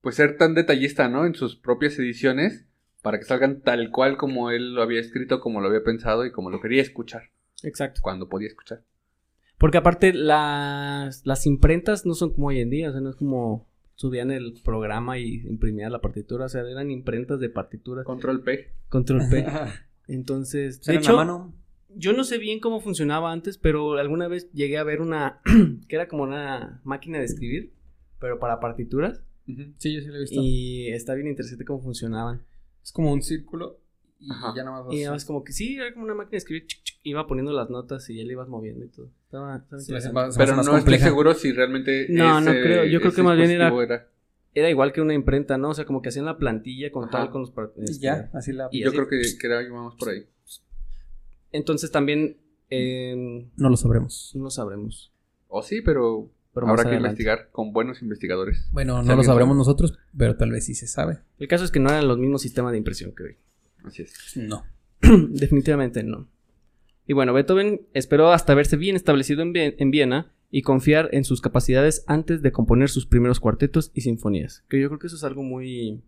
Pues ser tan detallista, ¿no? En sus propias ediciones, para que salgan tal cual como él lo había escrito, como lo había pensado y como lo quería escuchar, Exacto. cuando podía escuchar. Porque aparte las, las imprentas no son como hoy en día, o sea, no es como subían el programa y imprimían la partitura, o sea, eran imprentas de partituras, Control P. control P. Ajá. Entonces, Pues de era en la hecho, mano. yo no sé bien cómo funcionaba antes, pero alguna vez llegué a ver una que era como una máquina de escribir, pero para partituras Sí, yo sí lo he visto. y está bien interesante cómo funcionaban. Es como un círculo y Ajá. ya nada más... Y nada vas- más como que sí, era como una máquina de escribir, chic, chic, iba poniendo las notas y ya le ibas moviendo y todo. Estaba, estaba se hace interesante. más- se hace Pero no más estoy compleja. seguro si realmente. No, no creo. Yo creo que más bien era- dispositivo era igual que una imprenta, ¿no? O sea, como que hacían la plantilla con Ajá. tal, con los... par- Y este, ya, así la... y Yo así. creo que, que era más por ahí. Entonces también eh, No lo sabremos. no sabremos. O sí, pero, Pero habrá más que adelante. investigar con buenos investigadores. Bueno, Si no lo alguien sabremos sabe. nosotros, pero tal vez sí se sabe. El caso es que no eran los mismos sistemas de impresión que hoy. Así es. No. Definitivamente no. Y bueno, Beethoven esperó hasta verse bien establecido en, Vien- en Viena y confiar en sus capacidades antes de componer sus primeros cuartetos y sinfonías. Que yo creo que eso es algo muy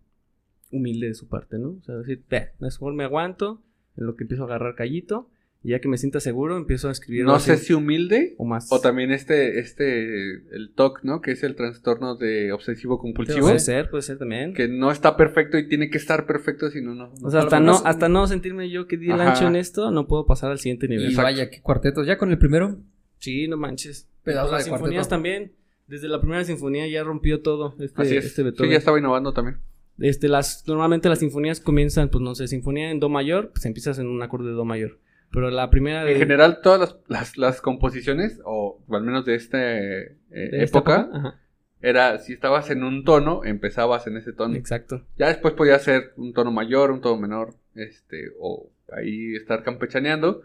humilde de su parte, ¿no? O sea, decir, "Ve, mejor me aguanto, en lo que empiezo a agarrar callito, y ya que me sienta seguro, empiezo a escribir No algo sé así, si humilde o más. O también este, este, el TOC, ¿no? Que es el trastorno de obsesivo compulsivo. Puede ser, puede ser también. Que no está perfecto y tiene que estar perfecto, si no, no. O sea, A lo hasta no, mejor es- hasta no sentirme yo que di el Ajá. ancho en esto, no puedo pasar al siguiente Y nivel. vaya, qué cuartetos. Ya con el primero... Sí, no manches. Pedazo Las de sinfonías cuarteto. también. Desde la primera sinfonía ya rompió todo este, Así es. este sí, Beethoven. ya estaba innovando también. Este, las, normalmente las sinfonías comienzan, pues no sé, sinfonía en do mayor, pues empiezas en un acorde de do mayor. Pero la primera de... En general, todas las, las, las composiciones, o al menos de esta eh, de esta época, ajá, era si estabas en un tono, empezabas en ese tono. Exacto. Ya después podía ser un tono mayor, un tono menor, este, o ahí estar campechaneando,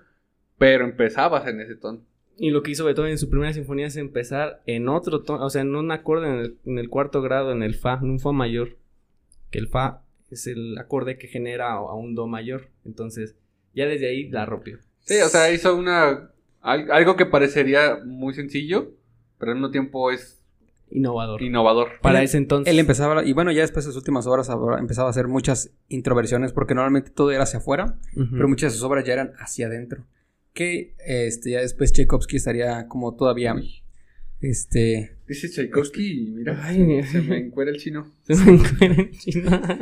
pero empezabas en ese tono. Y lo que hizo Beethoven en su primera sinfonía es empezar en otro tono, o sea, en un acorde en el, en el cuarto grado, en el fa, en un fa mayor. Que el fa es el acorde que genera a, a un do mayor. Entonces, ya desde ahí la rompió. Sí, o sea, hizo una al- algo que parecería muy sencillo, pero al mismo tiempo es Innovador. innovador. Para Él- ese entonces. Él empezaba, y bueno, ya después de sus últimas obras ahora empezaba a hacer muchas introversiones, porque normalmente todo era hacia afuera, Ujú. pero muchas de sus obras ya eran hacia adentro. Que este, ya después Tchaikovsky estaría como todavía. Este. Dice Tchaikovsky y mira, Ay, se me encuera el chino. se me encuentra en China.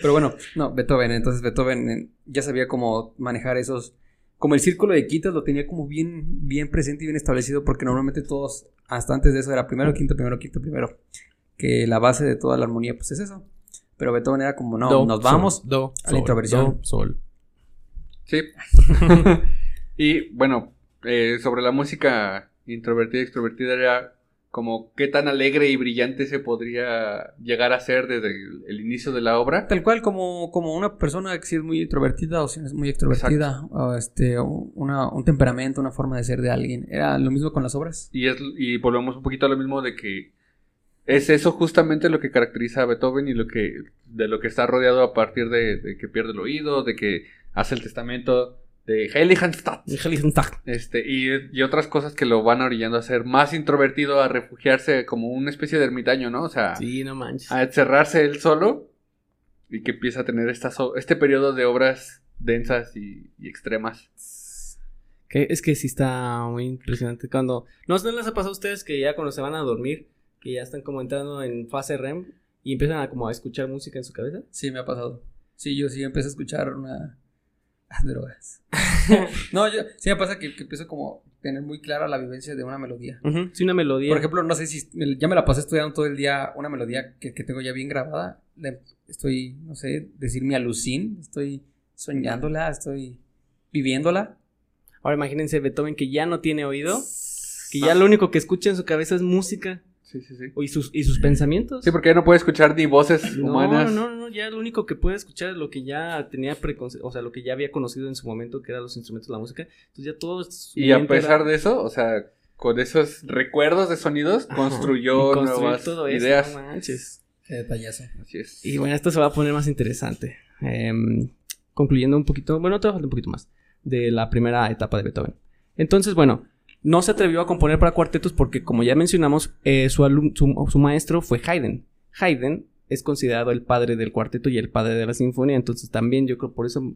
Pero bueno, no, Beethoven. Entonces Beethoven eh, ya sabía cómo manejar esos. Como el círculo de quitas lo tenía como bien, bien presente y bien establecido, porque normalmente todos, hasta antes de eso, era primero, quinto, primero, quinto, primero. Que la base de toda la armonía, pues es eso. Pero Beethoven era como, no, Do, nos sol, vamos. do, a la sol, introversión. do, sol. Sí. y bueno, eh, sobre la música introvertida y extrovertida era como qué tan alegre y brillante se podría llegar a ser desde el, el inicio de la obra. Tal cual, como, como una persona que sí es muy introvertida o si no es muy extrovertida, o este, o una, un temperamento, una forma de ser de alguien. Era lo mismo con las obras. Y, es, y volvemos un poquito a lo mismo de que es eso justamente lo que caracteriza a Beethoven y lo que de lo que está rodeado a partir de, de que pierde el oído, de que hace el testamento de Heiligenstadt. Este, y, y otras cosas que lo van orillando a ser más introvertido, a refugiarse como una especie de ermitaño, ¿no? O sea, Sí, no manches. a encerrarse él solo y que empieza a tener estas o- este periodo de obras densas y, y extremas. Que- es que sí está muy impresionante cuando... ¿No se les ha pasado a ustedes que ya cuando se van a dormir, que ya están como entrando en fase REM y empiezan a como a escuchar música en su cabeza? Sí, me ha pasado. Sí, yo sí empecé a escuchar una... ah, drogas. no, yo sí me pasa que, que empiezo como a tener muy clara la vivencia de una melodía. Sí, una melodía. Por ejemplo, no sé si me- ya me la pasé estudiando todo el día una melodía que, que tengo ya bien grabada. Le- estoy, no sé, decir mi alucín. Estoy soñándola, estoy viviéndola. Ahora imagínense Beethoven que ya no tiene oído, que Ah. ya lo único que escucha en su cabeza es música Sí, sí, sí. y sus, y sus pensamientos. Sí, porque ya no puede escuchar ni voces No, humanas. No, no, no, ya lo único que puede escuchar es lo que ya tenía preconce- o sea, lo que ya había conocido en su momento, que eran los instrumentos de la música. Entonces ya todo. su Y a mente era- pesar de eso, o sea, con esos recuerdos de sonidos, Ajá, construyó y construir nuevas todo eso, ideas. no manches. Qué detallazo. Así es. Y bueno, esto se va a poner más interesante. Em, concluyendo un poquito, bueno, te falta un poquito más de la primera etapa de Beethoven. Entonces, bueno, no se atrevió a componer para cuartetos porque, como ya mencionamos, eh, su, alum- su, su maestro fue Haydn. Haydn es considerado el padre del cuarteto y el padre de la sinfonía, entonces también yo creo por eso,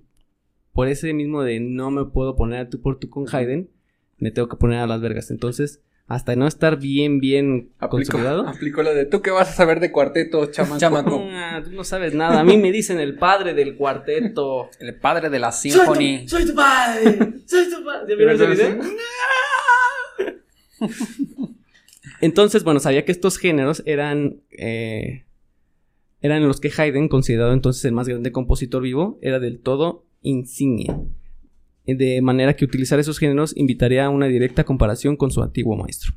por ese mismo de no me puedo poner a tú por tú con Haydn, me tengo que poner a las vergas. Entonces, hasta no estar bien, bien Aplicó, consolidado. aplicó la de tú que vas a saber de cuartetos, chamaco. Chamaco. Ah, tú no sabes nada. A mí me dicen el padre del cuarteto. El padre de la Symphony. Soy tu padre. Soy tu padre. ¿Ya vieron ese video? Entonces, bueno, sabía que estos géneros eran. eh, eran los que Haydn, considerado entonces el más grande compositor vivo, era del todo insignia. De manera que utilizar esos géneros invitaría a una directa comparación con su antiguo maestro.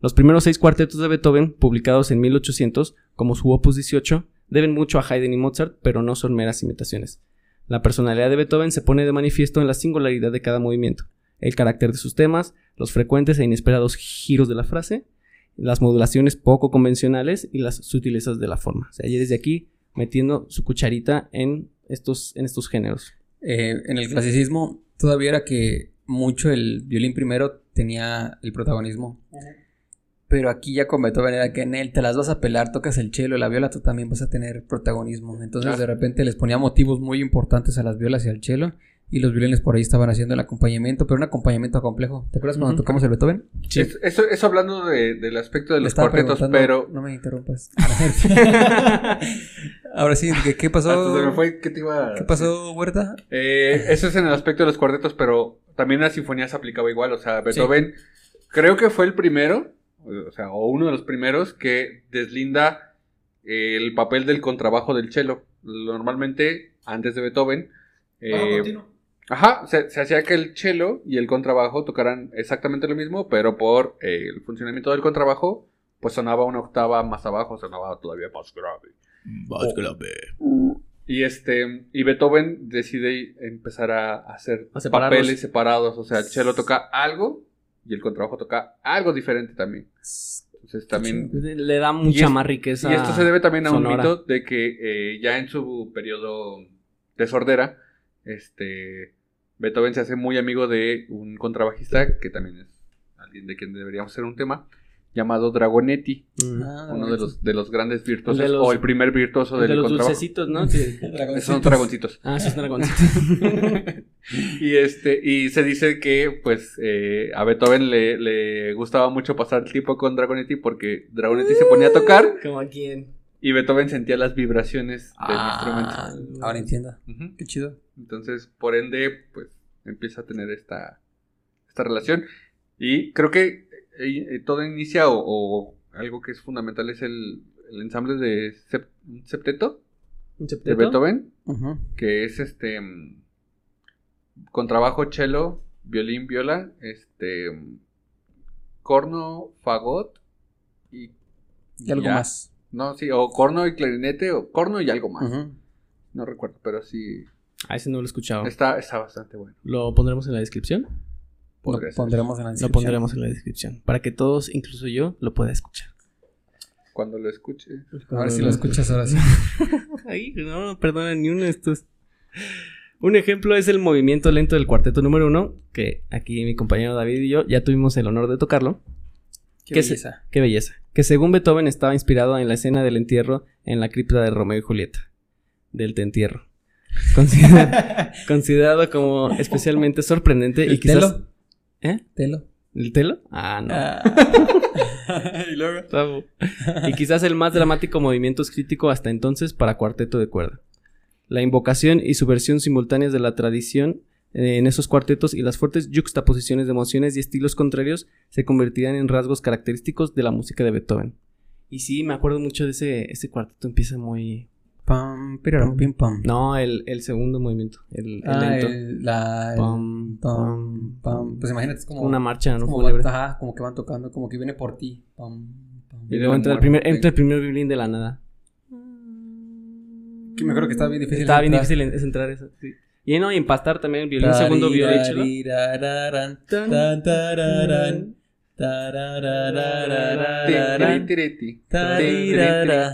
Los primeros seis cuartetos de Beethoven, publicados en 1800, como su Opus 18, deben mucho a Haydn y Mozart, pero no son meras imitaciones. La personalidad de Beethoven se pone de manifiesto en la singularidad de cada movimiento, el carácter de sus temas, los frecuentes e inesperados giros de la frase, las modulaciones poco convencionales y las sutilezas de la forma. O sea, ya desde aquí metiendo su cucharita en estos, en estos géneros. Eh, en el clasicismo todavía era que mucho el violín primero tenía el protagonismo. Pero aquí ya con Beethoven era que en él te las vas a pelar, tocas el chelo, la viola, tú también vas a tener protagonismo. Entonces Ah. de repente les ponía motivos muy importantes a las violas y al chelo. Y los violines por ahí estaban haciendo el acompañamiento, pero un acompañamiento complejo. ¿Te acuerdas cuando Ujú. tocamos el Beethoven? Es- Eso, eso hablando de- del aspecto de Le los estaba cuartetos, preguntando- pero No me interrumpas. Ahora sí, ¿qué, qué pasó? Hasta se me fue, ¿qué te iba a- ¿Qué pasó, Huerta? Eh, eso es en el aspecto de los cuartetos, pero también la sinfonía se aplicaba igual. O sea, Beethoven creo que fue el primero, o sea, o uno de los primeros que deslinda eh, el papel del contrabajo del cello. Normalmente, antes de Beethoven, eh, ajá, se, se hacía que el cello y el contrabajo tocaran exactamente lo mismo, pero por eh, el funcionamiento del contrabajo, pues sonaba una octava más abajo, sonaba todavía más grave. Oh. Y este y Beethoven decide empezar a hacer A separarlos. papeles separados, o sea, el cello toca algo y el contrabajo toca algo diferente también. Entonces también Le da Y mucha es- más riqueza. y esto se debe también a un sonora. mito de que eh, ya en su periodo de sordera, este Beethoven se hace muy amigo de un contrabajista que también es alguien de quien deberíamos hacer un tema llamado Dragonetti, Mm. uno de los de los grandes virtuosos El de los- o el primer virtuoso El del de los contrabajo. dulcecitos, ¿no? Sí. Son dragoncitos. Ah, esos dragoncitos. y este y se dice que pues eh, a Beethoven le, le gustaba mucho pasar el tiempo con Dragonetti porque Dragonetti se ponía a tocar Como a quién. y Beethoven sentía las vibraciones del Ah, instrumento. ahora entiendo. instrumento. Ujú. Qué chido. Entonces, por ende, pues empieza a tener esta, esta relación. Y creo que eh, eh, todo inicia o, o algo que es fundamental es el, el ensamble de sep- septeto ¿Un de septeto? Beethoven, Ujú. que es este mm, contrabajo, cello, violín, viola, este mm, corno, fagot y, Y algo ya. más. No, sí, o corno y clarinete o corno y algo más. Ujú. No recuerdo, pero sí Ah, ese no lo he escuchado. está está bastante bueno. Lo pondremos en la descripción. Lo Podría ser. pondremos en la Lo descripción. pondremos en la descripción. Para que todos, incluso yo, lo pueda escuchar. Cuando lo escuche. A ver si lo escuchas ahora sí. Ay, no, no perdona ni uno de estos. Un ejemplo es el movimiento lento del cuarteto número uno, que aquí mi compañero David y yo ya tuvimos el honor de tocarlo. Qué Que se- belleza. Qué belleza. Que según Beethoven estaba inspirado en la escena del entierro en la cripta de Romeo y Julieta. Del te entierro. Considera- considerado como especialmente sorprendente y ¿El quizás. telo? ¿Eh? Telo. ¿El telo? Ah, no. Ah. y luego. Bravo. Y quizás el más dramático movimiento crítico hasta entonces para cuarteto de cuerda. La invocación y su versión simultáneas de la tradición eh, en esos cuartetos y las fuertes juxtaposiciones de emociones y estilos contrarios se convertirán en rasgos característicos de la música de Beethoven. Y sí, me acuerdo mucho de ese, ese cuarteto, empieza muy... Pam, piraram, pim, pam. No, el, el segundo movimiento, el, el Ah, lento. el, la, el- Pam, pam, pam, pam. Pues imagínate, es como. Una marcha, ¿no? como, Fúnebre. van, ajá, como que van tocando, como que viene por ti. Pam, pam. Y luego entra el, primer, entra el primer violín de la nada. Que me acuerdo que estaba bien difícil. Estaba bien entrar. difícil en- es entrar eso. sí. Y no, y empastar también el violín, segundo violín, chelo. Tarirararán, Tan, tan, tararán, Ti, tiri, tararararararán, tiri, ti. tarirara.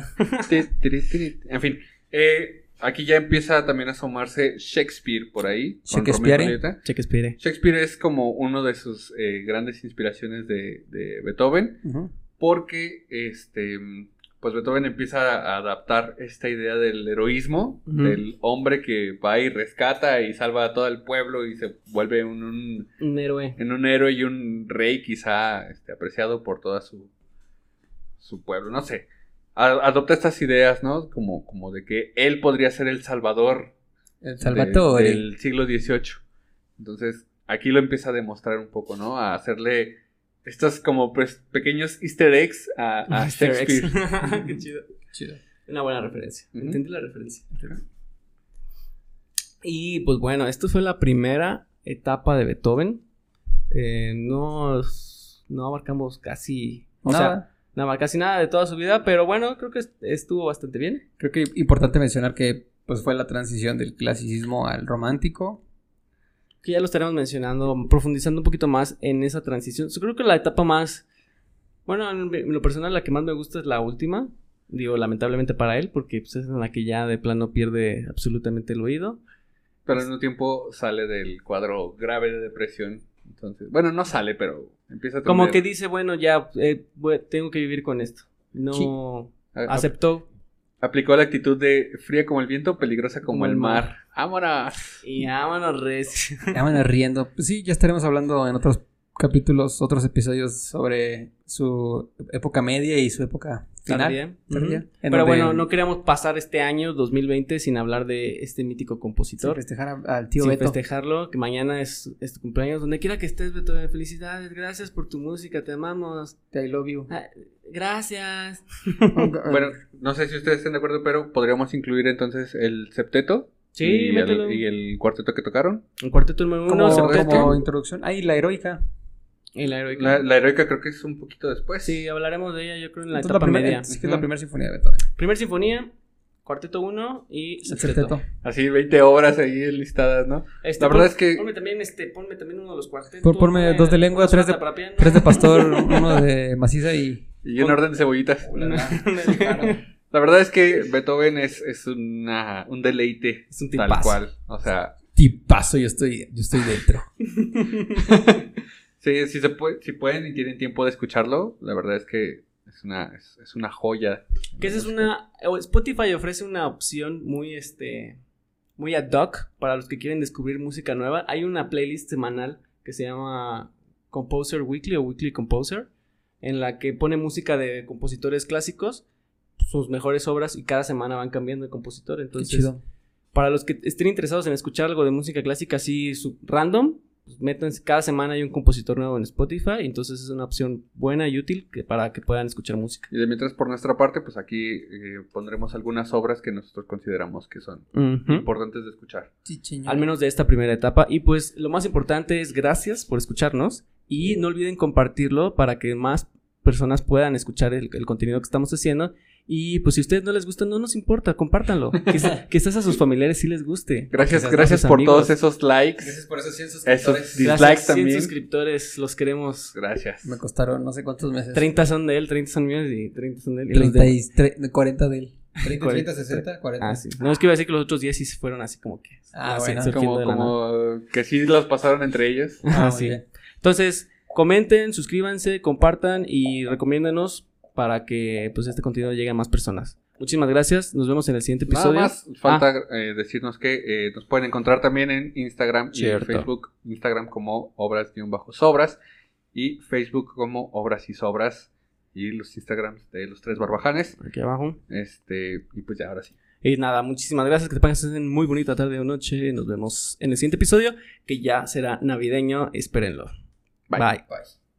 Ti, tiri, tiri, ti. En fin, eh, aquí ya empieza también a asomarse Shakespeare por ahí. con Romeo y Shakespeare. Julieta. Shakespeare. Shakespeare es como uno de sus eh, grandes inspiraciones de, de Beethoven, Ujú. porque este, pues Beethoven empieza a adaptar esta idea del heroísmo, Ujú. del hombre que va y rescata y salva a todo el pueblo y se vuelve un, un- Un héroe. en un héroe y un rey quizá este, apreciado por toda su, su pueblo, no sé. A- adopta estas ideas, ¿no? Como, como de que él podría ser el salvador El de- Salvatore. del siglo XVIII. Entonces, aquí lo empieza a demostrar un poco, ¿no? A hacerle estos como pues, pequeños easter eggs a, a Easter eggs. Shakespeare. Ah, Qué chido. Chido. Una buena referencia. Ujú. Entendí la referencia. Y pues bueno, esto fue la primera etapa de Beethoven. Eh, no, no abarcamos casi. O sea, Nada. no abar- casi nada de toda su vida, pero bueno, creo que est- estuvo bastante bien. Creo que importante mencionar que pues fue la transición del clasicismo al romántico. Que ya lo estaremos mencionando, profundizando un poquito más en esa transición. Yo creo que la etapa más. Bueno, en en lo personal, la que más me gusta es la última. Digo, lamentablemente para él, porque pues, es en la que ya de plano pierde absolutamente el oído. Pero al mismo tiempo sale del cuadro grave de depresión. Entonces, bueno, no sale, pero empieza a Como que tener- dice, bueno, ya eh, voy- tengo que vivir con esto. No a- a- aceptó aplicó la actitud de fría como el viento, peligrosa como, Como el el mar. ¡Vámonos! y vámonos res. Ya van riendo. Pues sí, ya estaremos hablando en otros capítulos, otros episodios sobre su época media y su época final. Tardía. tardía. Ujú. En Pero donde- bueno, no queríamos pasar este año 2020 sin hablar de este mítico Sin compositor. festejar a- al tío Sin Beto. festejarlo, que mañana es, es tu cumpleaños. Donde quiera que estés, Beto, eh, felicidades, gracias por tu música, te amamos. I love you. Ah, Gracias. Bueno, no sé si ustedes estén de acuerdo, pero podríamos incluir entonces el septeto Sí, y, mételo. el, y el cuarteto que tocaron. El cuarteto número como, uno, ¿se septeto. como introducción. Ahí la heroica. El aeróbico. La, la heroica creo que es un poquito después. Sí, hablaremos de ella, yo creo, en la Entonces, etapa primera- media. es que es la Ujú. primera sinfonía de Beethoven. Primer sinfonía, cuarteto 1 y El septeto. septeto. Así 20 obras ahí listadas, ¿no? Este, La verdad pon- es que- Ponme también, este, ponme también uno de los cuartetos. Pon- ponme ponme dos de lengua, una tres de- sonata para piano. Tres de pastor, uno de maciza y... Y en orden de cebollitas. La verdad es que Beethoven es, es una- un deleite. Es un Tal tipazo. cual. O sea, Tipazo, yo estoy, yo estoy dentro. sí, sí se puede, si pueden y tienen tiempo de escucharlo, la verdad es que es una, es, es una joya. que esa es una... o Spotify ofrece una opción muy, este... Muy ad hoc para los que quieren descubrir música nueva. Hay una playlist semanal que se llama Composer Weekly o Weekly Composer. En la que pone música de compositores clásicos. Sus mejores obras y cada semana van cambiando de compositor. Qué Entonces... chido. Para los que estén interesados en escuchar algo de música clásica así su- random, pues métanse, cada semana hay un compositor nuevo en Spotify, entonces es una opción buena y útil que- para que puedan escuchar música. Y de mientras por nuestra parte, pues aquí eh, pondremos algunas obras que nosotros consideramos que son Ujú. importantes de escuchar. al menos de esta primera etapa. Y pues lo más importante es gracias por escucharnos y no olviden compartirlo para que más personas puedan escuchar el, el contenido que estamos haciendo. Y pues si a ustedes no les gusta, no nos importa, compártanlo. Quizás quizás a sus familiares sí les guste. Gracias, Quizás a gracias sus por amigos. todos esos likes. Gracias por esos 100 Esos suscriptores. dislikes Gracias, 100 también. suscriptores, los queremos. Gracias. Me costaron no sé cuántos meses. 30 son de él, 30 son míos y 30 son de él. y los de- 30 y tre- no, 40 de él. 30, 30, 60, 40. Ah, sí. No, es que iba a decir que los otros 10 sí se fueron así como que. Ah, así, bueno. surgiendo Como, de la nada. como que sí los pasaron entre ellos. Ah, Ah, muy sí. bien. Entonces, comenten, suscríbanse, compartan y recomiéndanos para que pues este contenido llegue a más personas. Muchísimas gracias. Nos vemos en el siguiente Nada episodio. más falta Ah. eh, decirnos que eh, nos pueden encontrar también en Instagram Cierto. y en Facebook. Instagram como obras-sobras y Facebook como obras y sobras y los Instagrams de los tres barbajanes. Ah, aquí abajo. Este, y pues ya ahora sí. Y nada, muchísimas gracias. Que te pasen muy bonita tarde o noche. Nos vemos en el siguiente episodio que ya será navideño. Espérenlo. Bye. Bye.